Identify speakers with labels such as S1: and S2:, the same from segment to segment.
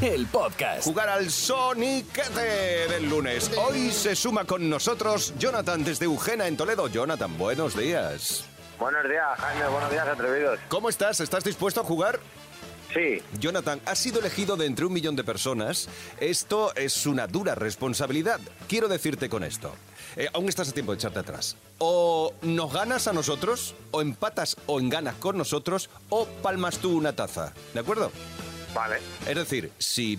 S1: el podcast.
S2: Jugar al Soniquete del lunes. Hoy se suma con nosotros Jonathan desde Eugena en Toledo. Jonathan, buenos días.
S3: Buenos días, Jaime. Buenos días, atrevidos.
S2: ¿Cómo estás? ¿Estás dispuesto a jugar?
S3: Sí,
S2: Jonathan, has sido elegido de entre un millón de personas. Esto es una dura responsabilidad. Quiero decirte con esto. Eh, aún estás a tiempo de echarte atrás. O nos ganas a nosotros, o empatas o enganas con nosotros, o palmas tú una taza. ¿De acuerdo?
S3: vale.
S2: Es decir, si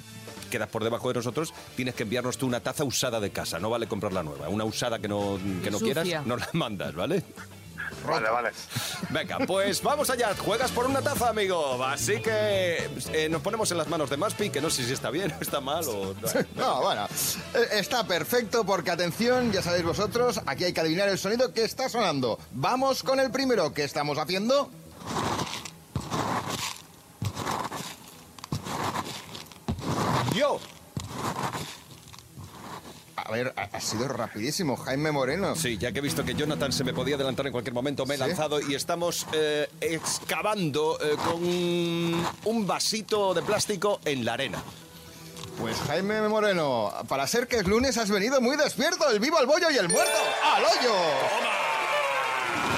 S2: quedas por debajo de nosotros, tienes que enviarnos tú una taza usada de casa. No vale comprar la nueva. Una usada que no, que no
S4: Sucia.
S2: quieras, nos la mandas, ¿vale?
S3: Vale, vale.
S2: Venga, pues vamos allá. Juegas por una taza, amigo. Así que eh, nos ponemos en las manos de Maspi, que no sé si está bien o está mal o...
S5: No, bueno, eh, está perfecto porque atención, ya sabéis vosotros, aquí hay que adivinar el sonido que está sonando. Vamos con el primero que estamos haciendo.
S2: ¡Yo!
S5: A ver, ha, ha sido rapidísimo, Jaime Moreno.
S2: Sí, ya que he visto que Jonathan se me podía adelantar en cualquier momento, me he
S5: ¿Sí?
S2: lanzado y estamos eh, excavando eh, con un vasito de plástico en la arena.
S5: Pues Jaime Moreno, para ser que es lunes has venido muy despierto, el vivo al bollo y el muerto al hoyo.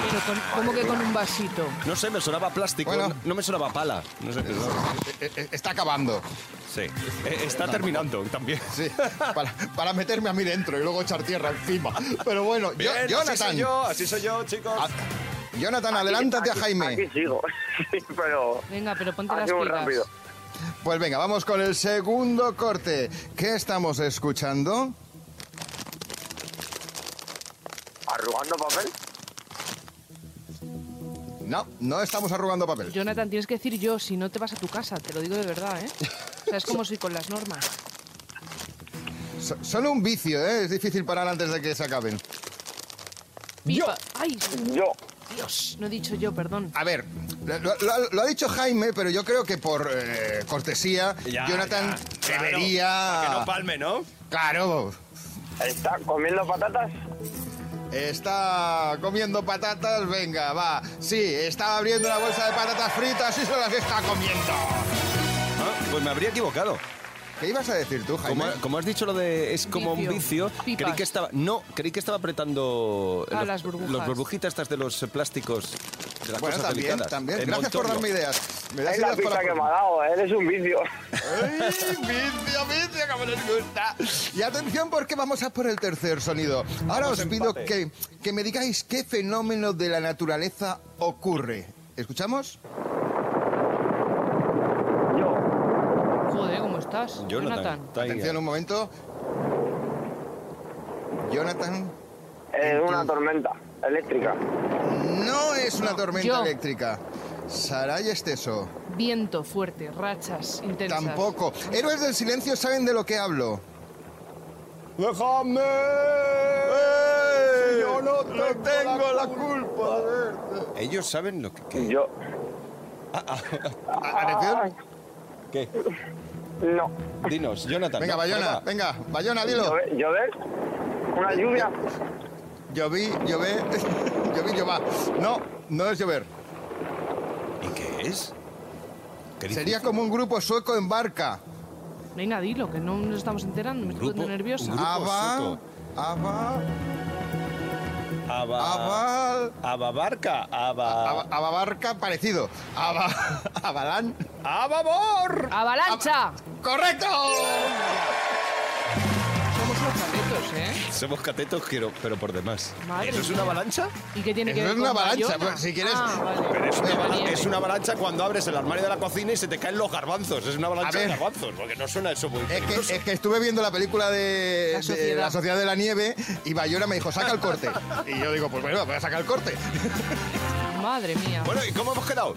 S4: Pero con- ¿Cómo que con un vasito?
S2: No sé, me sonaba plástico,
S5: Bueno.
S2: no, no me sonaba pala. No sé,
S5: Eh, eh, Está acabando,
S2: sí, Eh, está terminando también.
S5: sí, para, para meterme a mí dentro y luego echar tierra encima. Pero bueno, yo-
S2: Bien, así soy
S5: Jonathan,
S2: yo, Ah, así soy yo, chicos.
S5: a- Jonathan, adelántate a
S3: Aquí-
S5: Jaime.
S3: Aquí sigo. Sí, pero.
S4: Venga, pero ponte
S3: Ha
S4: las
S3: sido muy
S4: pilas.
S3: rápido.
S5: Pues venga, vamos con el segundo corte. ¿Qué estamos escuchando?
S3: ¿Arrugando papel?
S5: No, no estamos arrugando papel.
S4: Jonathan, tienes que decir yo, si no te vas a tu casa, te lo digo de verdad, ¿eh? O sea, es como soy con las normas.
S5: So- solo un vicio, ¿eh? Es difícil parar antes de que se acaben.
S4: Pipa. ¡Ay!
S3: Yo.
S4: Dios, no he dicho yo, perdón.
S5: A ver, lo, lo- lo ha dicho Jaime, pero yo creo que por eh, cortesía,
S2: Ya,
S5: Jonathan
S2: ya, claro, para Que
S5: debería...
S2: no palme, ¿no?
S5: Claro,
S3: ¿Está comiendo patatas?
S5: está comiendo patatas, venga, va. Sí, está abriendo una bolsa de patatas fritas y se las está comiendo.
S2: Ah, Pues me habría equivocado.
S5: ¿Qué ibas a decir tú, Jaime?
S2: Como, como has dicho lo de es como un
S4: Vicio.
S2: vicio,
S4: Pipas.
S2: creí que estaba no, creí que estaba apretando
S4: Ah,
S2: los-
S4: las burbujas.
S2: los burbujitas estas de los eh, plásticos de las
S5: Bueno,
S2: cosas
S5: también,
S2: delicadas.
S5: también.
S2: El
S5: Gracias por
S2: Montorio.
S5: darme ideas. Me das
S3: Es la
S5: ideas
S3: pista
S5: para...
S3: que me ha dado, ¿eh? eres un vicio.
S5: ¡Ay, vicio, vicio, como les gusta! Y atención porque vamos a por el tercer sonido. Ahora os pido que, que me digáis qué fenómeno de la naturaleza ocurre. ¿Escuchamos?
S3: Yo.
S4: Joder, ¿cómo estás?
S2: Jonathan. está ahí. eh.
S5: Atención un momento. Jonathan,
S3: Es una tormenta eléctrica.
S5: no es una tormenta
S4: yo.
S5: eléctrica. Saray Esteso,
S4: Viento fuerte, rachas intensas.
S5: tampoco. Héroes del silencio saben de lo que hablo.
S2: Déjame.
S5: yo no tengo la
S2: culpa. Ellos saben lo que. que-
S3: Yo.
S5: A- Atención.
S2: ¿Qué?
S3: No.
S2: Dinos, Jonathan.
S5: Venga,
S2: no,
S5: Bayona,
S2: prueba.
S5: venga, Bayona, dilo.
S3: ¿Llover? ¿Llover? ¿Una lluvia?
S5: Lloví, llové, lloví, llová. No, no es llover.
S2: ¿Y qué es? ¿Qué dices?
S5: Sería como un grupo sueco en barca.
S4: No hay nadie, lo que no nos estamos enterando, me estoy
S2: Grupo-
S4: poniendo nerviosa.
S2: un grupo-
S5: Ava,
S2: sueco.
S5: Ava,
S2: Aba.
S5: Ava,
S2: Ababarca. Aba.
S5: Ava barca parecido. Ava, Avalán. Ah,
S2: Ababor.
S4: ¡Avalancha!
S5: ¡Correcto!
S2: Ah.
S4: Somos unos paletos, ¿eh?
S2: Somos catetos, pero, pero por demás.
S4: Madre
S2: ¿Eso es
S4: mía.
S2: una avalancha?
S4: ¿Y qué tiene
S5: Eso
S4: que ver
S5: es una
S4: con
S5: avalancha,
S4: Bayona?
S5: pues, si quieres-
S4: Ah, vale.
S2: Pero es una,
S4: Vale,
S2: avalan-
S4: vale.
S2: es una avalancha cuando abres el armario de la cocina y se te caen los garbanzos. Es una avalancha
S5: A
S2: de
S5: ver.
S2: garbanzos, porque no suena eso muy
S5: Es
S2: peligroso.
S5: que, es que estuve viendo la película de
S4: La
S5: de
S4: Sociedad.
S5: La Sociedad de la Nieve y Bayona me dijo, saca el corte. Y yo digo, pues bueno, voy a sacar el corte.
S4: Madre mía.
S2: Bueno, ¿y cómo hemos quedado?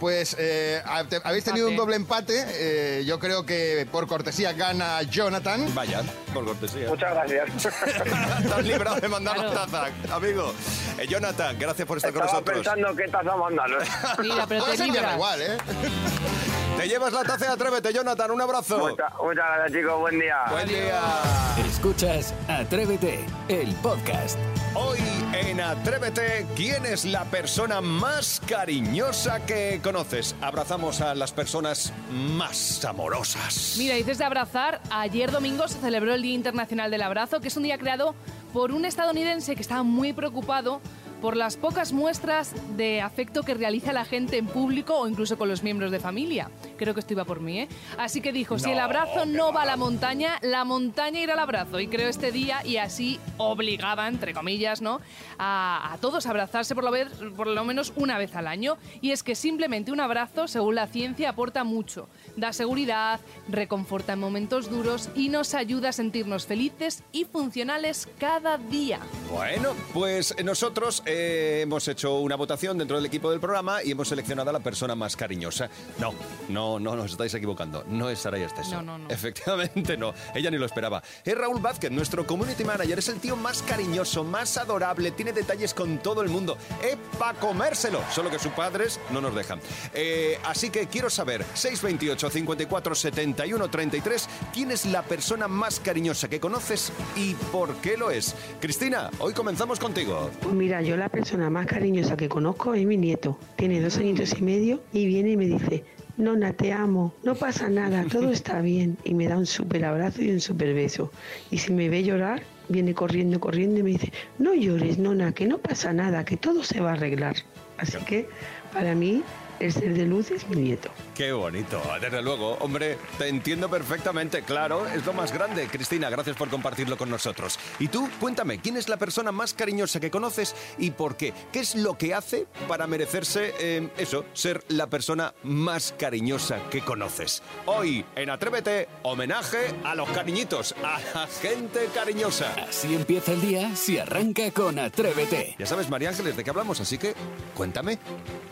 S5: Pues eh, ha- te- habéis tenido un
S4: Empate.
S5: doble empate. eh, yo creo que por cortesía gana Jonathan.
S2: Vaya, por cortesía.
S3: Muchas gracias.
S2: Te has librado de mandar la
S4: Claro.
S2: taza, amigo. Eh, Jonathan, gracias por estar con
S3: Estaba
S2: nosotros.
S3: pensando qué taza mandarnos.
S4: Mira, pero
S5: Puede
S4: te
S5: ser
S4: libras.
S5: igual, ¿eh?
S2: Te llevas la taza y atrévete, Jonathan. Un abrazo.
S3: Muchas, muchas gracias, chicos. Buen día.
S2: Buen día.
S1: Escuchas Atrévete, el podcast.
S2: Hoy en Atrévete, ¿quién es la persona más cariñosa que conoces? Abrazamos a las personas más amorosas.
S4: Mira, dices de abrazar. Ayer domingo se celebró el Día Internacional del Abrazo, que es un día creado por un estadounidense que estaba muy preocupado por las pocas muestras de afecto que realiza la gente en público o incluso con los miembros de familia. Creo que esto iba por mí, ¿eh? Así que dijo, si el abrazo no va a la montaña, la montaña irá al abrazo. Y creo este día, y así obligaba, entre comillas, ¿no? A, a todos a abrazarse por lo, vez- por lo menos una vez al año. Y es que simplemente un abrazo, según la ciencia, aporta mucho. Da seguridad, reconforta en momentos duros y nos ayuda a sentirnos felices y funcionales cada día.
S2: Bueno, pues nosotros eh, hemos hecho una votación dentro del equipo del programa y hemos seleccionado a la persona más cariñosa. No, no, no, nos estáis equivocando. No es Saray Esteso.
S4: No, no, no.
S2: Efectivamente no. Ella ni lo esperaba. Es Raúl Vázquez, nuestro community manager. Es el tío más cariñoso, más adorable. Tiene detalles con todo el mundo. Es para comérselo. Solo que sus padres no nos dejan. Eh, así que quiero saber, 628 54 71 33, ¿quién es la persona más cariñosa que conoces y por qué lo es? Cristina, hoy comenzamos contigo.
S6: Pues mira, yo la persona más cariñosa que conozco es mi nieto. Tiene dos añitos y medio y viene y me dice, Nona, te amo, no pasa nada, todo está bien. Y me da un súper abrazo y un súper beso. Y si me ve llorar, viene corriendo, corriendo y me dice, no llores, Nona, que no pasa nada, que todo se va a arreglar. Así que para mí, el ser de luz es mi nieto.
S2: Qué bonito, desde luego. Hombre, te entiendo perfectamente, claro. Es lo más grande. Cristina, gracias por compartirlo con nosotros. Y tú, cuéntame, ¿quién es la persona más cariñosa que conoces y por qué? ¿Qué es lo que hace para merecerse eh, eso, ser la persona más cariñosa que conoces? Hoy, en Atrévete, homenaje a los cariñitos, a la gente cariñosa.
S1: Así empieza el día si arranca con Atrévete.
S2: Ya sabes, María Ángeles, de qué hablamos, así que cuéntame.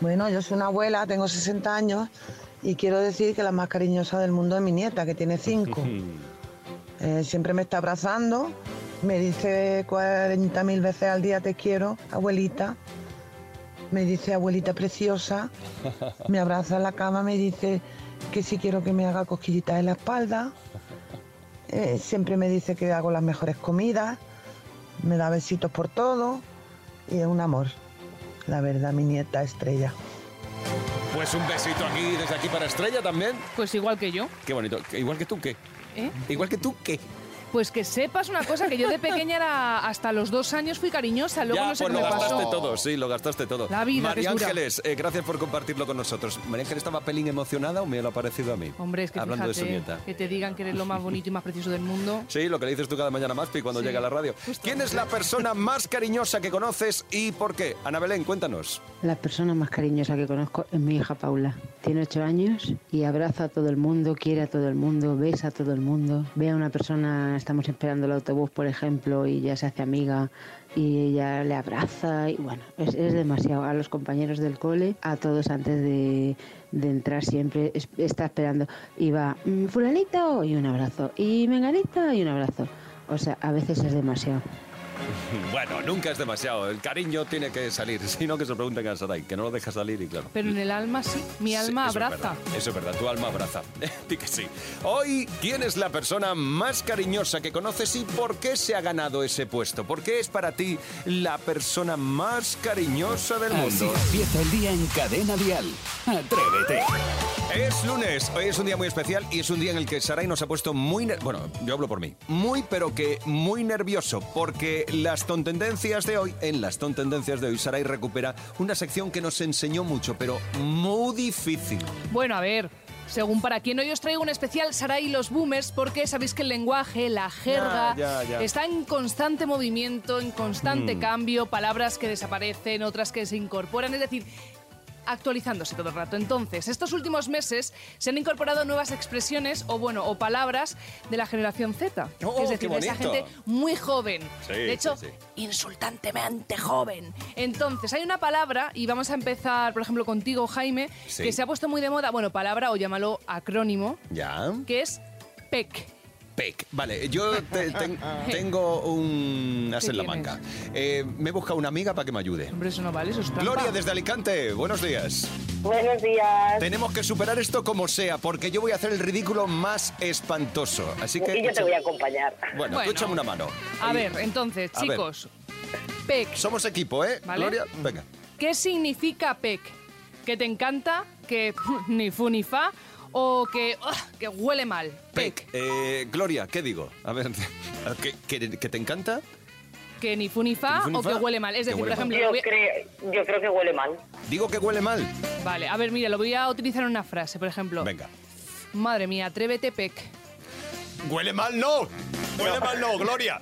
S7: Bueno, yo soy una abuela, tengo 60 años y quiero decir que la más cariñosa del mundo es mi nieta, que tiene 5. siempre me está abrazando, me dice 40.000 veces al día te quiero, abuelita. Me dice abuelita preciosa, me abraza en la cama, me dice que si quiero que me haga cosquillitas en la espalda. Eh, siempre me dice que hago las mejores comidas, me da besitos por todo y es un amor. La verdad, mi nieta estrella.
S2: Pues un besito aquí, desde aquí para Estrella también.
S4: Pues igual que yo,
S2: Qué bonito. Igual que tú, ¿qué?
S4: ¿eh?
S2: Igual que tú, ¿qué?
S4: Pues que sepas una cosa, que yo de pequeña era hasta los dos años fui cariñosa, luego
S2: ya,
S4: no sé
S2: pues
S4: qué
S2: lo
S4: me
S2: gastaste
S4: pasó.
S2: todo, sí, lo gastaste todo.
S4: La vida, que
S2: María
S4: es dura.
S2: Ángeles, eh, gracias por compartirlo con nosotros. María Ángeles estaba pelín emocionada o me lo ha parecido a mí.
S4: Hombre, es que
S2: Hablando
S4: fíjate,
S2: de su nieta.
S4: que te digan que eres lo más bonito y más precioso del mundo.
S2: Sí, lo que le dices tú cada mañana más, Pi, cuando
S4: Sí,
S2: llega a la radio.
S4: justo.
S2: ¿Quién es la persona más cariñosa que conoces y por qué? Ana Belén, cuéntanos.
S8: La persona más cariñosa que conozco es mi hija Paula. Tiene ocho años y abraza a todo el mundo, quiere a todo el mundo, besa a todo el mundo. Ve a una persona, estamos esperando el autobús, por ejemplo, y ya se hace amiga y ella le abraza. Y bueno, es, es demasiado. A los compañeros del cole, a todos antes de, de entrar siempre es- está esperando. Y va, "Mm, fulanito y un abrazo, y menganita y un abrazo. O sea, a veces es demasiado.
S2: Bueno, nunca es demasiado. El cariño tiene que salir, sino que se lo pregunten a Sarai, que no lo deja salir y claro.
S4: Pero en el alma sí, mi alma
S2: Sí, eso es
S4: abraza.
S2: verdad, eso es verdad, tu alma abraza. Di que sí. Hoy, ¿quién es la persona más cariñosa que conoces y por qué se ha ganado ese puesto? ¿Por qué es para ti la persona más cariñosa
S4: Ah,
S2: del
S1: Así
S2: mundo?
S1: empieza el día en cadena vial. Atrévete.
S2: Es lunes, hoy es un día muy especial y es un día en el que Sarai nos ha puesto muy... ner- Bueno, yo hablo por mí. Muy, pero que muy nervioso, porque las tontendencias de hoy, en las tontendencias de hoy, Sarai recupera una sección que nos enseñó mucho, pero muy difícil.
S4: Bueno, a ver. Según para quien hoy os traigo un especial Sarai y los boomers, porque sabéis que el lenguaje, la jerga,
S2: Ya, ya, Mm. ya.
S4: está en constante movimiento, en constante cambio, palabras que desaparecen, otras que se incorporan. Es decir, actualizándose todo el rato. Entonces, estos últimos meses se han incorporado nuevas expresiones o, bueno, o palabras de la generación Z.
S2: ¡Oh,
S4: es
S2: qué
S4: decir, de esa
S2: bonito!
S4: gente muy joven.
S2: Sí,
S4: de hecho,
S2: sí,
S4: insultantemente joven. Entonces, hay una palabra, y vamos a empezar, por ejemplo, contigo, Jaime,
S2: Sí.
S4: que se ha puesto muy de moda, bueno, palabra o llámalo acrónimo,
S2: Ya.
S4: que es PEC.
S2: Peck. Vale, yo te- ten- tengo un as
S4: ¿Qué
S2: en la
S4: tienes?
S2: manga. Eh, me he buscado una amiga para que me ayude.
S4: Hombre, eso no vale, eso es trampa.
S2: Gloria desde Alicante, buenos días.
S9: Buenos días.
S2: Tenemos que superar esto como sea, porque yo voy a hacer el ridículo más espantoso. Así que.
S9: Y yo te voy a acompañar.
S2: Bueno, tú
S4: Bueno.
S2: échame una mano.
S4: A
S2: Y-
S4: ver, entonces,
S2: A ver.
S4: chicos, PEC.
S2: Somos equipo, ¿eh?
S4: Vale.
S2: Gloria, venga.
S4: ¿Qué significa PEC? ¿Que te encanta? ¿Que ni fu ni fa? ¿O que, ugh, que huele mal? PEC.
S2: Eh, Gloria, ¿qué digo? A ver, ¿que, que, que te encanta?
S4: ¿Que ni fu ni fa?
S2: ¿Que ni fu ni
S4: ¿O que
S2: fa?
S4: huele mal? Es
S2: Que
S4: decir, por
S2: huele mal.
S4: ejemplo,
S9: Yo
S4: lo voy a-
S9: creo, yo creo que huele mal.
S2: Digo que huele mal.
S4: Vale, a ver, mira, lo voy a utilizar en una frase, por ejemplo.
S2: Venga.
S4: Madre mía, atrévete, PEC.
S2: Huele mal, no. Huele mal, no, Gloria.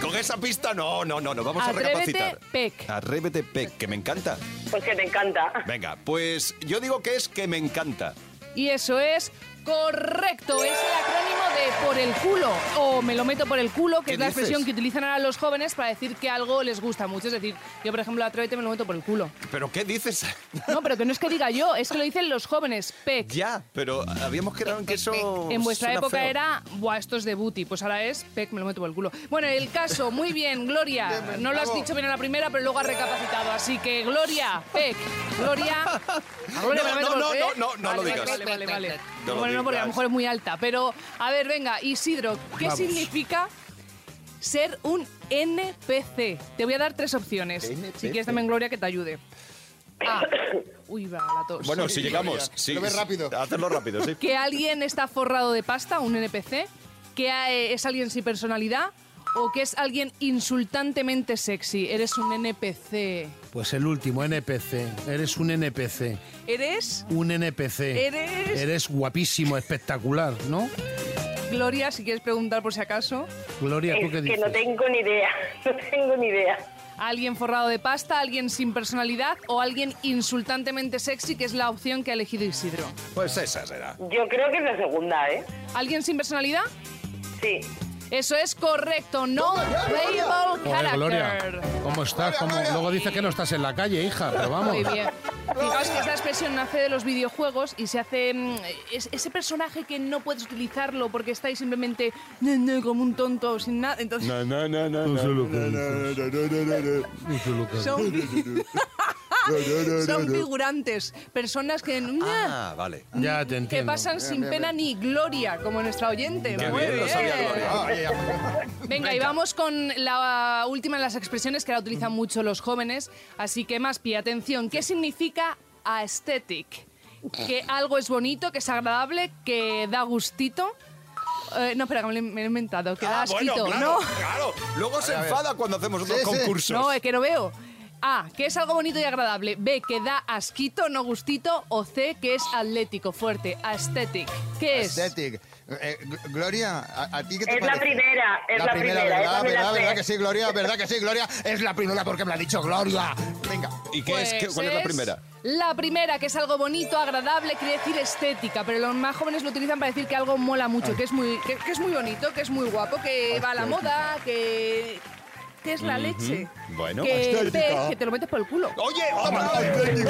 S2: Con esa pista, no, no, no, no. Vamos a
S4: Atrévete,
S2: recapacitar.
S4: Peck.
S2: Atrévete, Peck, que me encanta.
S9: Pues que te encanta.
S2: Venga, pues yo digo que es que me encanta.
S4: Y eso es correcto. Es el acrónimo de por el culo o me lo meto por el culo,
S2: ¿Qué
S4: que es la
S2: dices?
S4: expresión que utilizan ahora los jóvenes para decir que algo les gusta mucho. Es decir, yo, por ejemplo, atrévete, me lo meto por el culo.
S2: ¿Pero qué dices?
S4: No, pero que no es que diga yo, es que lo dicen los jóvenes. Pec.
S2: ya, pero habíamos quedado en que eso.
S4: En vuestra
S2: Pues suena
S4: época
S2: feo.
S4: era, buah, esto es de booty, pues ahora es, pec, me lo meto por el culo. Bueno, el caso, muy bien, Gloria. No lo has dicho bien a la primera, pero luego has recapacitado. Así que, Gloria, pec, Gloria. a Gloria
S2: No,
S4: me la meto
S2: no,
S4: por-
S2: no,
S4: ¿eh?
S2: no, no, no lo
S4: Vale, vale,
S2: digas.
S4: Vale, vale, vale.
S2: No lo
S4: bueno, no, porque a
S2: digas.
S4: lo mejor es muy alta, pero a ver, venga, Isidro, ¿qué significa ser un NPC? Te voy a dar tres opciones. Si
S2: NPC.
S4: quieres también, Gloria, que te ayude. A. Uy, va la tos.
S2: Bueno, si llegamos.
S5: Gloria,
S2: Sí,
S5: lo ves
S2: sí,
S5: rápido.
S2: Hacerlo rápido, sí.
S4: que alguien está forrado de pasta, un NPC, que a- eh, es alguien sin personalidad o que es alguien insultantemente sexy. Eres un NPC.
S10: Pues el último, NPC. Eres un NPC.
S4: Eres
S10: Un NPC.
S4: Eres-
S10: Eres guapísimo, espectacular, ¿no?
S4: Gloria, si quieres preguntar por si acaso.
S10: Gloria, ¿tú
S9: Es
S10: qué
S9: que
S10: dices?
S9: no tengo ni idea. No tengo ni idea.
S4: Alguien forrado de pasta, alguien sin personalidad o alguien insultantemente sexy, que es la opción que ha elegido Isidro.
S2: Pues esa será.
S9: Yo creo que es la segunda, ¿eh?
S4: ¿Alguien sin personalidad?
S9: Sí.
S4: Eso es correcto. No label
S10: Joder,
S4: character.
S10: Gloria, ¿cómo estás? ¿Cómo- Luego dices que no estás en la calle, hija, pero vamos.
S4: Muy bien. Fijaos que esta expresión nace de los videojuegos y se hace mm, es- ese personaje que no puedes utilizarlo porque estáis simplemente "Ne, ne", como un tonto sin nada. Entonces son, fi- son figurantes, personas que "Ne",
S2: Ah, vale.
S10: Ya te
S4: que
S10: entiendo.
S4: pasan sin pena ni gloria, como nuestra oyente.
S2: Qué
S4: Muy
S2: bien lo sabía
S4: bien.
S2: Gloria.
S4: Venga, y vamos con la última de las expresiones que la utilizan mucho los jóvenes. Así que, más pie, atención. ¿Qué significa aesthetic? Que algo es bonito, que es agradable, que da gustito. Eh, no, espera, que me lo he- me lo he inventado. Que da
S2: Ah, bueno,
S4: asquito.
S2: claro,
S4: No,
S2: claro. Luego se enfada cuando hacemos otros
S5: Sí, sí.
S2: concursos.
S4: no, es que no veo. A, que es algo bonito y agradable. B, que da asquito, no gustito. O C, que es atlético, fuerte. Aesthetic. ¿Qué es?
S5: Aesthetic. Eh, Gl- Gloria, ¿a, a ti qué te
S9: Es la
S5: parece?
S9: primera, es la primera, esa
S5: ¿verdad?
S9: me la
S5: ¿Verdad,
S9: sé.
S5: verdad que sí, Gloria? ¿Verdad que sí, Gloria? Es la primera porque me la ha dicho Gloria. Venga.
S2: ¿Y qué es? ¿Qué-
S4: Pues
S2: ¿Cuál es la primera?
S4: La primera, que es algo bonito, agradable, quiere decir estética, pero los más jóvenes lo utilizan para decir que algo mola mucho, que es muy, que, que es muy bonito, que es muy guapo, que va a la moda, que, que es la leche.
S2: Bueno,
S4: que
S5: estética.
S4: te, que te lo metes por el culo.
S2: Oye, otra vez.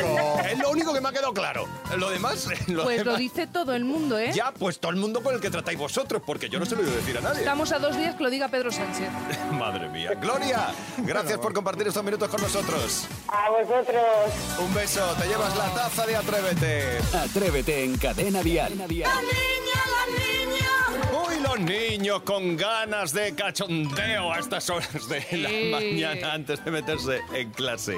S2: es lo único que me ha quedado claro. Lo demás, lo
S4: Pues lo
S2: demás-
S4: dice todo el mundo, ¿eh?
S2: Ya, pues todo el mundo con el que tratáis vosotros, porque yo no se lo voy a decir a nadie.
S4: Estamos a dos días que lo diga Pedro Sánchez.
S2: Madre mía. Gloria, gracias por compartir estos minutos con nosotros.
S9: A vosotros.
S2: Un beso, te llevas la taza de Atrévete.
S1: Atrévete en Cadena Dial.
S2: Uy, los niños con ganas de cachondeo a estas horas de la mañana antes de meterse en clase.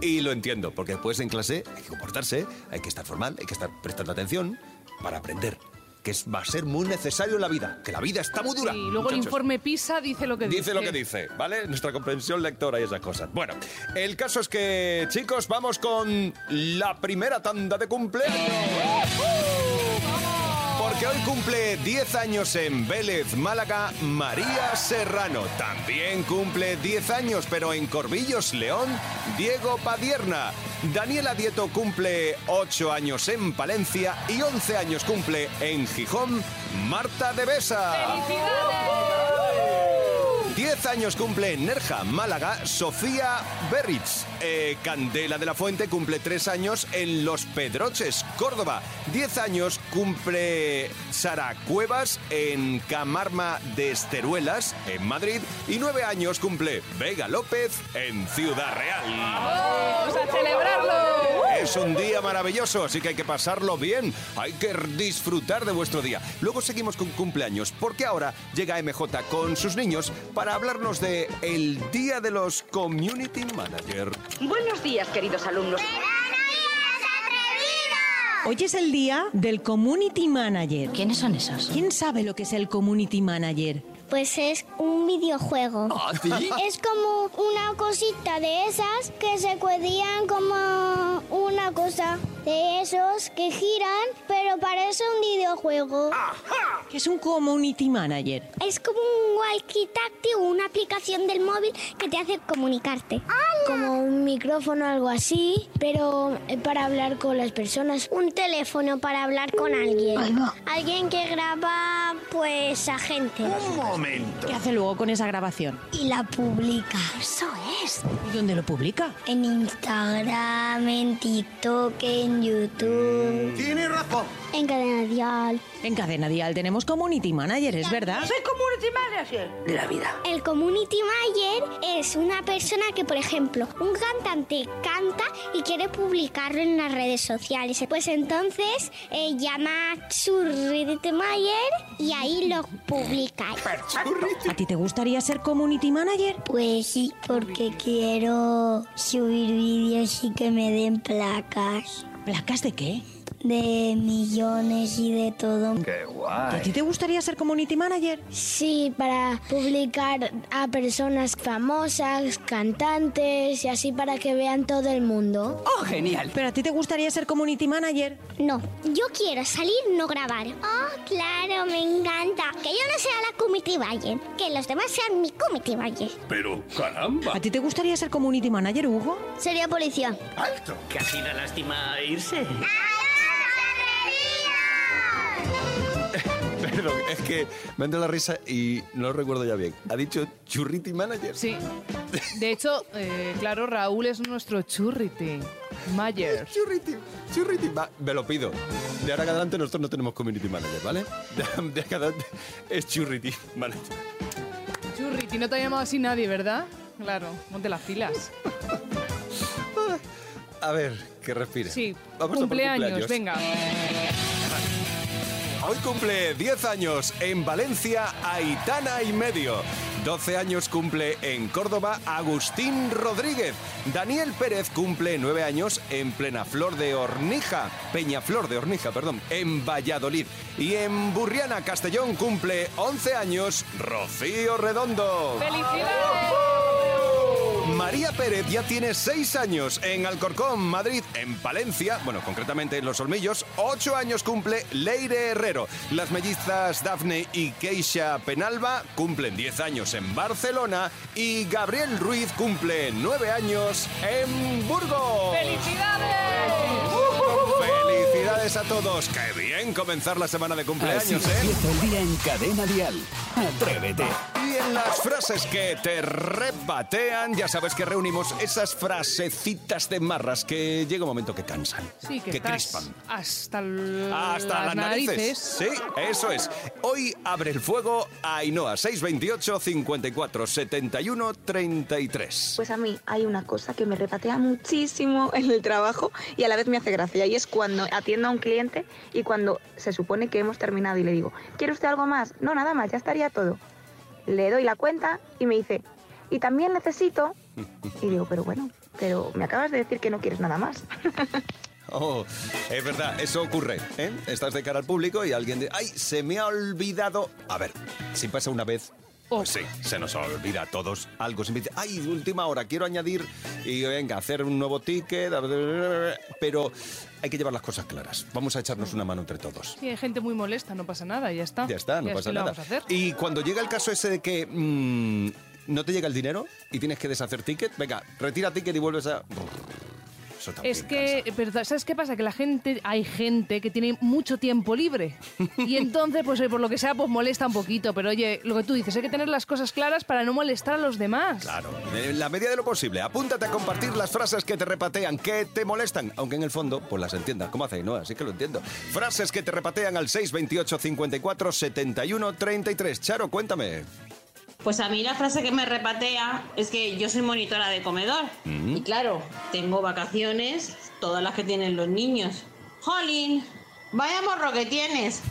S2: Y lo entiendo, porque después en clase hay que comportarse, hay que estar formal, hay que estar prestando atención para aprender, que es- va a ser muy necesario en la vida, que la vida está muy dura.
S4: y luego el
S2: muchachos.
S4: informe PISA dice lo que dice.
S2: Dice lo que dice, ¿vale? Nuestra comprensión lectora y esas cosas. Bueno, el caso es que, chicos, vamos con la primera tanda de cumpleaños. Porque que hoy cumple 10 años en Vélez, Málaga, María Serrano. También cumple 10 años, pero en Corbillos, León, Diego Padierna. Daniela Dieto cumple 8 años en Palencia y 11 años cumple en Gijón, Marta de Besa. 10 años cumple en Nerja, Málaga, Sofía Berritz. Eh, Candela de la Fuente cumple 3 años en Los Pedroches, Córdoba. 10 años cumple Sara Cuevas en Camarma de Esteruelas, en Madrid. Y 9 años cumple Vega López en Ciudad Real.
S4: ¡Vamos a celebrarlo!
S2: Es un día maravilloso, así que hay que pasarlo bien. Hay que disfrutar de vuestro día. Luego seguimos con cumpleaños, porque ahora llega MJ con sus niños para hablarnos de el Día de los Community Manager.
S11: Buenos días, queridos alumnos. Hoy es el día del Community Manager. ¿Quiénes son esos? ¿Quién sabe lo que es el Community Manager?
S12: Pues es un videojuego. Es como una cosita de esas que se cuadrían como una cosa de esos que giran, pero parece un videojuego.
S11: ¿Qué es un Community Manager?
S12: Es como un walkie-talkie o una aplicación del móvil que te hace comunicarte. Como un micrófono algo así, pero eh, para hablar con las personas. Un teléfono para hablar con alguien. Alguien que graba, pues, a gente.
S11: momento. ¿Qué hace luego con esa grabación?
S12: Y la publica. Eso es.
S11: ¿Y dónde lo publica?
S12: En Instagram, en TikTok, en YouTube.
S11: Tiene razón.
S12: En Cadena Dial.
S11: En Cadena Dial tenemos Community Manager, ¿es verdad?
S12: community manager. El community manager es una persona que, por ejemplo, un cantante canta y quiere publicarlo en las redes sociales. Pues entonces eh, llama a su red manager y ahí lo publica.
S11: ¿A ti te gustaría ser Community Manager?
S12: Pues sí, porque quiero subir vídeos y que me den placas
S11: ¿Placas de qué?
S12: de millones y de todo.
S11: ¡Qué guay! ¿A ti te gustaría ser Community Manager?
S12: Sí, para publicar a personas famosas, cantantes y así para que vean todo el mundo.
S11: ¡Oh, genial! ¿Pero a ti te gustaría ser Community Manager?
S12: No, yo quiero salir, no grabar. Oh, claro, me encanta. Que yo no sea la community manager, que los demás sean mi community manager.
S13: Pero, caramba.
S11: ¿A ti te gustaría ser Community Manager, Hugo?
S12: Sería policía.
S13: ¡Alto! Casi da lástima irse.
S2: Perdón, es que me entra la risa y no lo recuerdo ya bien. ¿Ha dicho Churriti Manager?
S4: Sí. De hecho, eh, claro, Raúl es nuestro churriti. Mayer.
S2: Churriti, churriti. Va, me lo pido. De ahora en adelante nosotros no tenemos Community Manager, ¿vale? De ahora en adelante es Churriti Manager.
S4: Churriti, no te ha llamado así nadie, ¿verdad? Claro, monte las filas.
S2: A ver, que respire.
S4: Sí,
S2: Vamos a por
S4: cumpleaños, venga.
S2: Hoy cumple 10 años en Valencia Aitana y medio. 12 años cumple en Córdoba Agustín Rodríguez. Daniel Pérez cumple 9 años en plena flor de Hornija, Peñaflor de Hornija, perdón, en Valladolid. Y en Burriana, Castellón, cumple 11 años Rocío Redondo. María Pérez ya tiene 6 años en Alcorcón, Madrid, en Palencia, bueno, concretamente en Los Olmillos. 8 años cumple Leire Herrero. Las mellizas Dafne y Keisha Penalba cumplen 10 años en Barcelona y Gabriel Ruiz cumple 9 años en Burgos. ¡Felicidades a todos! ¡Qué bien comenzar la semana de
S1: Así
S2: cumpleaños, eh!
S1: empieza el día en Cadena Dial. Atrévete.
S2: Y en las frases que te repatean, ya sabes que reunimos esas frasecitas de marras que llega un momento que cansan,
S4: Sí, que,
S2: que
S4: estás
S2: crispan.
S4: Hasta, l-
S2: Hasta las, narices. Sí, eso es. Hoy abre el fuego Ainhoa, 628 54 71 33.
S14: Pues a mí hay una cosa que me repatea muchísimo en el trabajo y a la vez me hace gracia. Y es cuando atiendo a un cliente y cuando se supone que hemos terminado y le digo, ¿quiere usted algo más? No, nada más, ya estaría todo. Le doy la cuenta y me dice, y también necesito. Y digo, pero bueno, pero me acabas de decir que no quieres nada más.
S2: Oh, es verdad, eso ocurre. ¿eh? Estás de cara al público y alguien dice, ¡ay, se me ha olvidado! A ver, si pasa una vez, Pues sí, se nos olvida a todos algo. Siempre dice, ay, última hora, quiero añadir y venga, hacer un nuevo ticket. Pero hay que llevar las cosas claras. Vamos a echarnos una mano entre todos.
S4: Sí, hay gente muy molesta, no pasa nada, ya está.
S2: Ya está, no
S4: ¿Qué-
S2: pasa
S4: qué le
S2: nada.
S4: vamos a hacer?
S2: Y cuando llega el caso ese de que mm, no te llega el dinero y tienes que deshacer ticket, venga, retira ticket y vuelves a... Eso también.
S4: Es que, eh, pero ¿sabes qué pasa? Que la gente, hay gente que tiene mucho tiempo libre. Y entonces, pues oye, por lo que sea, pues molesta un poquito. Pero oye, lo que tú dices, hay que tener las cosas claras para no molestar a los demás.
S2: Claro. En la medida de lo posible, apúntate a compartir las frases que te repatean, que te molestan, aunque en el fondo, pues las entiendas. ¿Cómo hace no? Así que lo entiendo. Frases que te repatean al 628 54 71 33. Charo, cuéntame.
S15: Pues a mí la frase que me repatea es que yo soy monitora de comedor. Y claro, tengo vacaciones, todas las que tienen los niños. Jolín, vaya morro que tienes.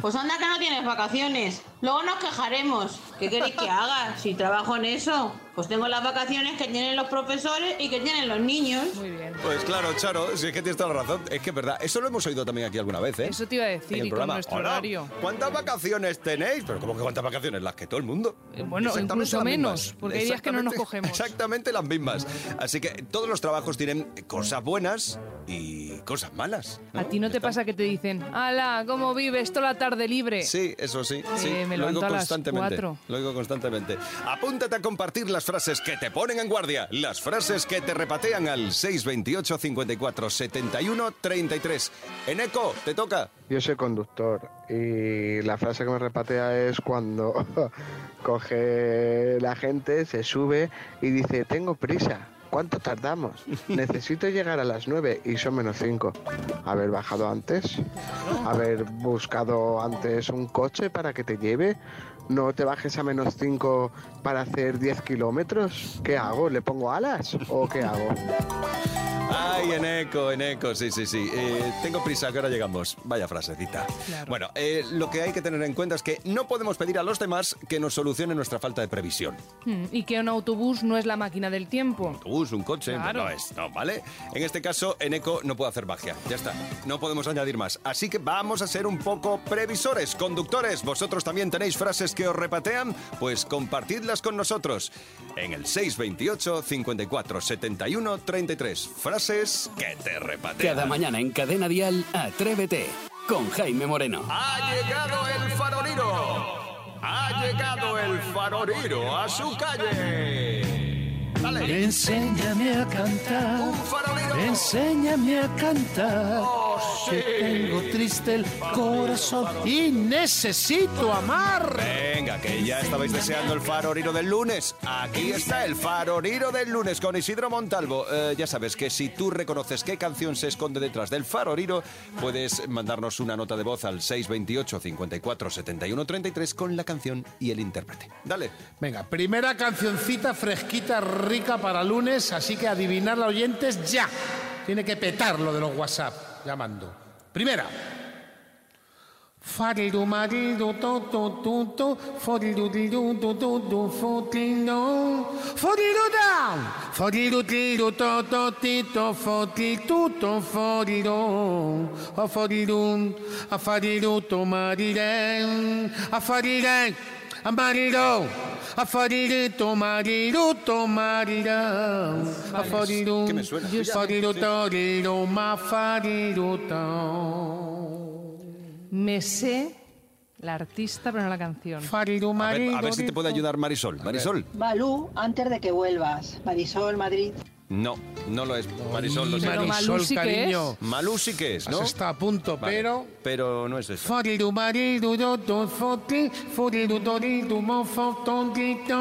S15: Pues anda que no tienes vacaciones. Luego nos quejaremos. ¿Qué queréis que haga si trabajo en eso? Pues tengo las vacaciones que tienen los profesores y que tienen los niños. Muy bien.
S2: Pues claro, Charo, si es que tienes toda la razón. Es que es verdad. Eso lo hemos oído también aquí alguna vez, ¿eh?
S4: Eso te iba a
S2: En
S4: decir,
S2: el
S4: y con
S2: programa.
S4: nuestro
S2: Hola,
S4: horario.
S2: ¿Cuántas vacaciones tenéis? Pero ¿cómo que cuántas vacaciones? Las que todo el mundo.
S4: Eh, bueno,
S2: Exactamente
S4: incluso
S2: las mismas.
S4: menos, porque hay días que no nos
S2: Exactamente-
S4: cogemos.
S2: Exactamente las mismas. Así que todos los trabajos tienen cosas buenas y cosas malas.
S4: ¿A ti no te pasa que te dicen, ala, ¿cómo vives toda la tarde libre?
S2: Sí, eso sí. sí,
S4: Eh, me
S2: lo
S4: levanto
S2: digo
S4: a las
S2: constantemente.
S4: cuatro.
S2: Lo digo constantemente. Apúntate a compartir las frases que te ponen en guardia, las frases que te repatean al 628 54 71 33. En eco, te toca.
S16: Yo soy conductor y la frase que me repatea es cuando coge la gente, se sube y dice, tengo prisa. ¿Cuánto tardamos? Necesito llegar a las 9 y son menos 5. Haber bajado antes, haber buscado antes un coche para que te lleve. No te bajes a menos 5 para hacer 10 kilómetros. ¿Qué hago? ¿Le pongo alas o qué hago?
S2: Ay, en eco, en eco, sí, sí, sí. Eh, tengo prisa, que ahora llegamos. Vaya frasecita. Bueno, eh, lo que hay que tener en cuenta es que no podemos pedir a los demás que nos solucionen nuestra falta de previsión.
S4: Mm, Y que un autobús no es la máquina del tiempo.
S2: autobús, un coche, pues
S4: Claro.
S2: no es, no, ¿vale? En este caso, Eneco no puede hacer magia, ya está, no podemos añadir más. Así que vamos a ser un poco previsores, conductores. ¿Vosotros también tenéis frases que os repatean? Pues compartidlas con nosotros en el 628 54 71 33. Frases que te repatean.
S1: Cada mañana en Cadena Dial, Atrévete con Jaime Moreno.
S2: Ha llegado el faroliro. Ha llegado el faroliro a su calle.
S17: Enséñame a cantar, enséñame a cantar, que tengo triste el corazón y necesito amar.
S2: Venga, que ya estabais deseando el faroriro del lunes. Aquí está el faroriro del lunes con Isidro Montalvo. Eh, ya sabes que si tú reconoces qué canción se esconde detrás del faroriro, puedes mandarnos una nota de voz al 628 54 71 33 con la canción y el intérprete. Dale.
S10: Venga, primera cancioncita fresquita, rica para lunes, así que adivinarla oyentes ya. Tiene que petar lo de los WhatsApp llamando. Primera. Farildu marildu tu tu tu tu forildu dildu tu tu tu fotildu forildu down forildu tildu to to tito fotil tu to forildu a forildu a farildu to mariren a fariren a marido a fariru to mariru to marirán a fariru
S2: que me suena.
S10: yo
S2: Sí.
S10: fariru toriru ma fariru
S4: Me sé la artista, pero no la canción.
S10: A
S2: ver, a ver si te puede ayudar Marisol. Marisol.
S18: Malú, antes de que vuelvas. Marisol, Madrid.
S2: No, no lo es. Marisol, lo
S10: Ay,
S2: siento.
S10: Marisol, Malú sí que cariño. es.
S2: Malú sí que es, ¿no?
S10: Has estado a punto,
S2: Vale,
S10: pero-
S2: Pero no es eso.
S10: Foriru mariru do do foti, foriru doriru mo foton dito.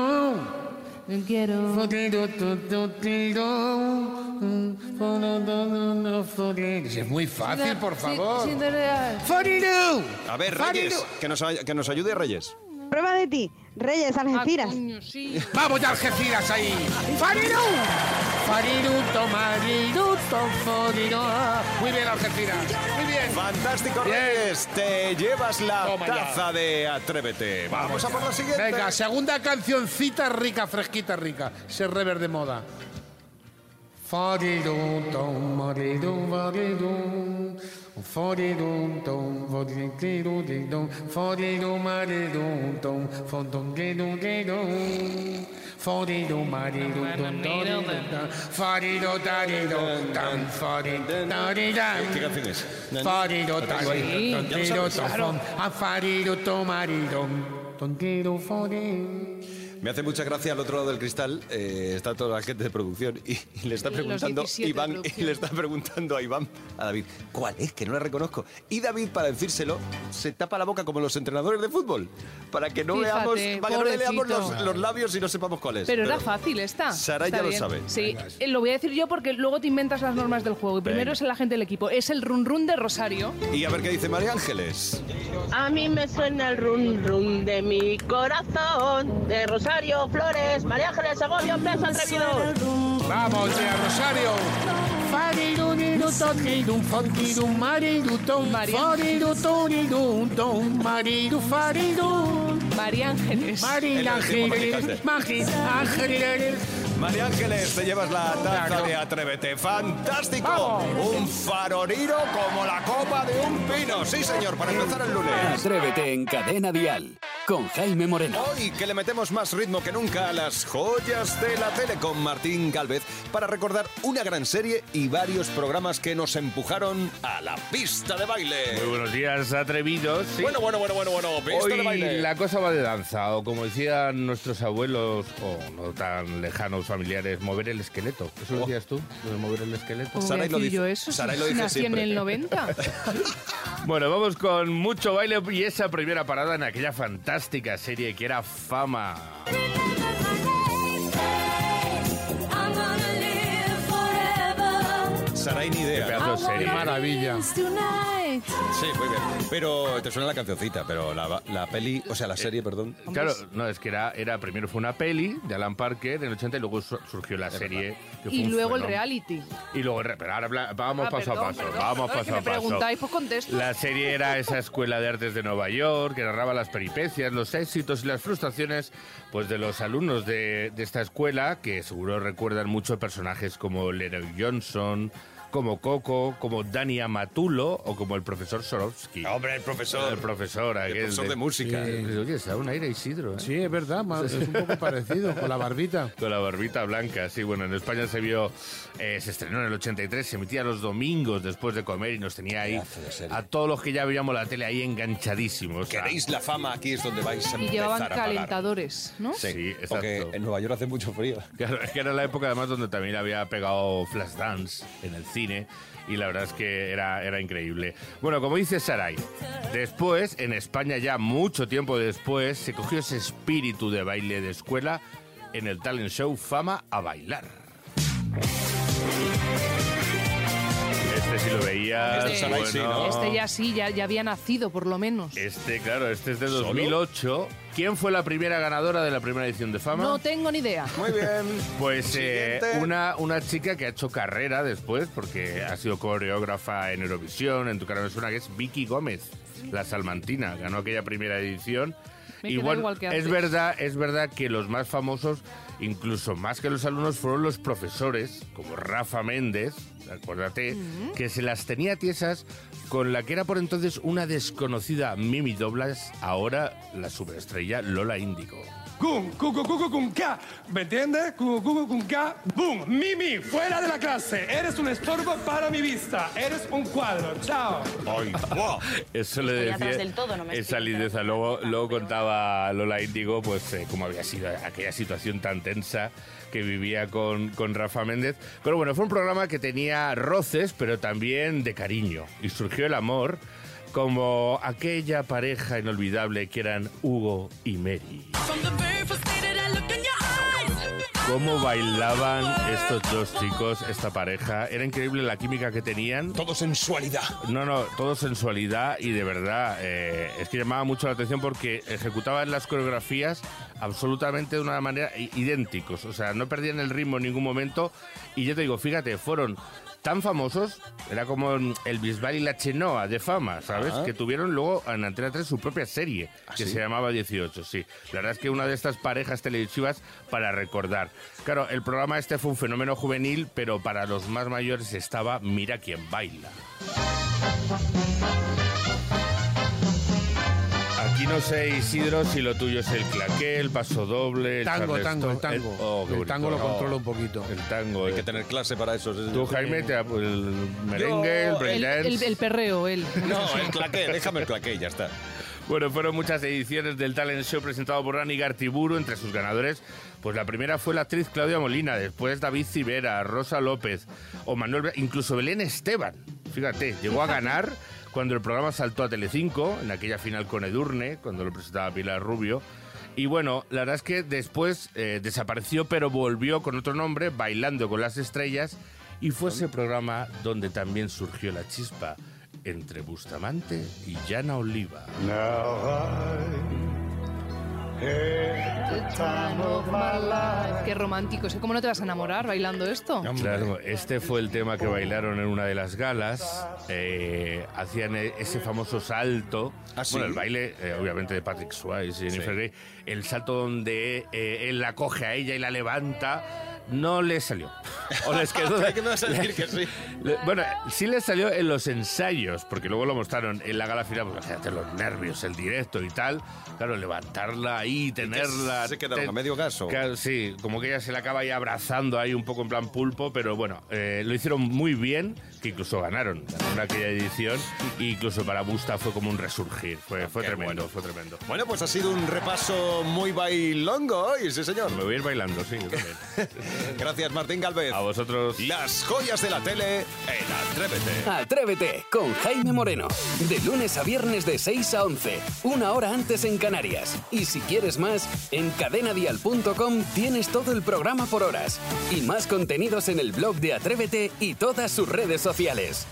S4: No quiero.
S10: Foriru do do tiro, mm, foro do do no foriru. Si Es muy fácil, por favor. Foriru.
S2: A ver,
S10: Farinu.
S2: Reyes, que nos, ay- que nos ayude Reyes.
S19: Prueba de ti. Reyes,
S4: Ah,
S19: Algeciras.
S10: Ah, Vamos ya, Algeciras, ahí. Foriru. Foriru to mariru to foriru. Ah, Muy bien, Algeciras. Muy bien.
S2: Fantástico, Reyes. Te llevas la
S10: Toma ya.
S2: taza de Atrévete. Vamos a por la siguiente.
S10: Venga, segunda cancioncita rica, fresquita, rica. Se rever de moda. Fariru, tom, mariru, mariru. Forirum tom, foriru dirum, foriru marirum tom, fondum dirum dirum. Foriru mariru tom, dorirum tam, foriru darirum tam, foriru darirum.
S2: ¿Qué canción es?
S10: Farido
S2: La tengo ahí.
S10: tarido,
S2: Ya lo
S10: tiro
S2: sabes, claro.
S10: tofón, a farido tomarido, tontiro fore.
S2: Me hace mucha gracia al otro lado del cristal, eh, está toda la gente de producción y, y le está
S10: Los
S2: preguntando
S10: 17 de
S2: Iván, y
S10: producción.
S2: le está preguntando a Iván, a David, ¿cuál es? Que no la reconozco. Y David, para decírselo, se tapa la boca como los entrenadores de fútbol, para que no
S4: Fíjate,
S2: veamos, para que no le leamos
S4: pobrecito.
S2: los, los labios y no sepamos cuál es.
S4: Pero era fácil esta.
S2: Sara
S4: Está
S2: ya lo
S4: bien.
S2: sabe.
S4: Sí,
S2: Venga.
S4: eh, lo voy a decir yo porque luego te inventas las normas del juego. Y primero
S2: Venga.
S4: es la gente del equipo. Es el run run de Rosario.
S2: Y a ver qué dice María Ángeles.
S20: A mí me suena el rum rum de mi corazón, de Rosario Flores, María Ángeles Segovia, un beso atrevido.
S10: Vamos ya, Rosario. Farido diru totiru, fontiru mariru tom, foriru toriru tom, mariru fariru.
S4: María Ángeles.
S10: María Ángeles, María Ángeles.
S2: María Ángeles, te llevas la taza de Atrévete. ¡Fantástico! Un faroriro como la copa de un pino. Sí, señor, para empezar el lunes.
S1: Atrévete en Cadena Dial con Jaime Moreno.
S2: Hoy que le metemos más ritmo que nunca a las joyas de la tele con Martín Galvez para recordar una gran serie y varios programas que nos empujaron a la pista de baile.
S21: Muy buenos días, atrevidos. Sí.
S2: Bueno, bueno, bueno, bueno, bueno, pista de
S21: Hoy
S2: baile.
S21: la cosa va de danza, o como decían nuestros abuelos, o no tan lejanos familiares, mover el esqueleto. ¿Eso lo decías tú? lo de mover el esqueleto.
S4: Voy a decir yo eso. si nací en el 90.
S21: Bueno, vamos con mucho baile y esa primera parada en aquella fantástica serie que era
S9: Ah,
S21: Fama.
S2: Sarai ni idea.
S21: Qué pedazo de serie. Qué maravilla.
S2: Sí, muy bien. Pero te suena la cancioncita, pero la, la peli, o
S21: Eh,
S2: sea, la serie, perdón.
S21: Claro, no, es que era, era primero fue una peli de Alan Parker en el 80 y luego su- surgió la serie. que fue
S4: Y
S21: un
S4: luego el
S21: fenómeno.
S4: reality.
S21: Y luego, el re- pero ahora habla- vamos
S4: Ah,
S21: paso
S4: perdón,
S21: a paso,
S4: perdón,
S21: vamos
S4: perdón,
S21: paso
S4: que
S21: a
S4: me preguntáis,
S21: paso.
S4: pues contesto.
S21: La serie era esa escuela de artes de Nueva York que narraba las peripecias, los éxitos y las frustraciones pues, de los alumnos de, de esta escuela, que seguro recuerdan mucho personajes como Leroy Johnson, como Coco, como Dani Amatulo o como el profesor Sorowski.
S2: Hombre, el profesor.
S21: El profesor, aquel
S2: profesor de música.
S21: Sí. Oye, está un aire Isidro, ¿eh?
S17: Sí, es verdad, ma- es un poco parecido, con la barbita.
S21: Con la barbita blanca, sí. Bueno, en España se vio, eh, se estrenó en el 83, se emitía los domingos después de comer y nos tenía ahí a todos los que ya veíamos la tele ahí enganchadísimos.
S2: ¿Queréis la fama? Aquí es donde vais a
S4: Y llevaban calentadores, ¿no?
S21: Ah, Sí, exacto.
S2: en Nueva York hace mucho frío.
S21: Claro, es que era la época además donde también había pegado Flashdance en el cine y la verdad es que era, era increíble. Bueno, como dice Sarai, después, en España ya mucho tiempo después, se cogió ese espíritu de baile de escuela en el talent show Fama a Bailar. Este sí lo veías.
S4: Este,
S21: bueno.
S4: este ya sí, ya, ya había nacido por lo menos.
S21: Este, claro, este es de 2008. ¿Quién fue la primera ganadora de la primera edición de Fama?
S4: No tengo ni idea.
S2: Muy bien.
S21: Pues eh,
S4: Siguiente.
S21: una, una chica que ha hecho carrera después, porque ha sido coreógrafa en Eurovisión, en Tu cara me suena, que es Vicky Gómez, la salmantina. Ganó aquella primera edición.
S4: Me
S21: Y
S4: queda
S21: bueno,
S4: igual que
S21: es
S4: antes.
S21: verdad, es verdad que los más famosos, incluso más que los alumnos, fueron los profesores, como Rafa Méndez, acuérdate, que se las tenía tiesas con la que era por entonces una desconocida Mimi Doblas, ahora la superestrella Lola Índigo.
S22: Cum, cu, cu, cu, cu, cum, ca. ¿Me entiendes? Cu, cu, cu, cum, ca. ¡Boom! Mimi, fuera de la clase. Eres un estorbo para mi vista. Eres un cuadro. Chao.
S21: Eso le
S22: Estoy
S21: decía
S22: atrás del todo, no me
S21: esa
S22: explico,
S21: lindeza. Luego, luego contaba Lola Índigo pues, eh, cómo había sido aquella situación tan tensa que vivía con, con Rafa Méndez. Pero bueno, fue un programa que tenía roces, pero también de cariño. Y surgió el amor como aquella pareja inolvidable que eran Hugo y Mary. Cómo bailaban estos dos chicos, esta pareja. Era increíble la química que tenían.
S2: Todo sensualidad.
S21: No, no, todo sensualidad y de verdad. eh, es que llamaba mucho la atención porque ejecutaban las coreografías absolutamente de una manera i- idénticos. O sea, no perdían el ritmo en ningún momento. Y yo te digo, fíjate, fueron tan famosos, era como el Bisbal y la Chenoa de fama, ¿sabes?
S2: Ajá. ¿Ah,
S21: Que tuvieron luego en Antena 3 su propia serie, que
S2: sí?
S21: se llamaba 18, sí. La verdad es que una de estas parejas televisivas para recordar. Claro, el programa este fue un fenómeno juvenil, pero para los más mayores estaba Mira quién baila. Aquí no sé, Isidro, si lo tuyo es el claqué, el paso doble, el
S17: Tango, tango, el
S21: charleston,
S17: tango.
S21: oh, qué
S17: El
S21: bonito.
S17: tango lo
S21: Oh,
S17: controlo un poquito.
S21: El tango. Hay que
S2: tener clase para eso.
S21: Tú, Jaime, te, ap- el merengue, el
S4: El,
S21: breakdance.
S4: el- el perreo, él.
S21: No,
S2: el claqué, déjame el claqué y ya está.
S21: Bueno, fueron muchas ediciones del Talent Show presentado por Rani Gartiburu, entre sus ganadores. Pues la primera fue la actriz Claudia Molina, después David Civera, Rosa López o Manuel, Bra- incluso Belén Esteban. Fíjate, llegó a ganar cuando el programa saltó a Telecinco, en aquella final con Edurne, cuando lo presentaba Pilar Rubio. Y bueno, la verdad es que después eh, desapareció, pero volvió con otro nombre, Bailando con las Estrellas, y fue ese programa donde también surgió la chispa entre Bustamante y Jana Oliva.
S4: Qué romántico. ¿Cómo no te vas a enamorar bailando esto?
S21: Claro, este fue el tema que bailaron en una de las galas. Eh, hacían e- ese famoso salto.
S2: ¿Ah, sí?
S21: Bueno, el baile, eh, obviamente, de Patrick Swayze y Jennifer Grey. El salto donde eh, él la coge a ella y la levanta. No le salió. O les quedó.
S2: Creí que me ibas a decir que sí.
S21: Le- Bueno, sí le salió en los ensayos, porque luego lo mostraron en la gala final, porque fíjate los nervios, el directo y tal. Claro, levantarla ahí, tenerla.
S2: se quedaron
S21: te-
S2: a medio gaso.
S21: Claro, sí, como que ella se la acaba ahí abrazando ahí un poco en plan pulpo, pero bueno, eh, lo hicieron muy bien, que incluso ganaron, ganaron aquella edición, e incluso para Busta fue como un resurgir, fue, fue
S2: Qué
S21: tremendo,
S2: bueno.
S21: fue tremendo.
S2: Bueno, pues ha sido un repaso muy bailongo hoy, sí señor. Me
S21: voy a ir bailando, sí.
S2: Gracias Martín Galvez. A
S21: vosotros.
S2: Las joyas de la tele en Atrévete.
S1: Atrévete con Jaime Moreno. De lunes a viernes de 6 a 11, una hora antes en Canarias. Y si quieres más, en cadenadial.com tienes todo el programa por horas y más contenidos en el blog de Atrévete y todas sus redes sociales.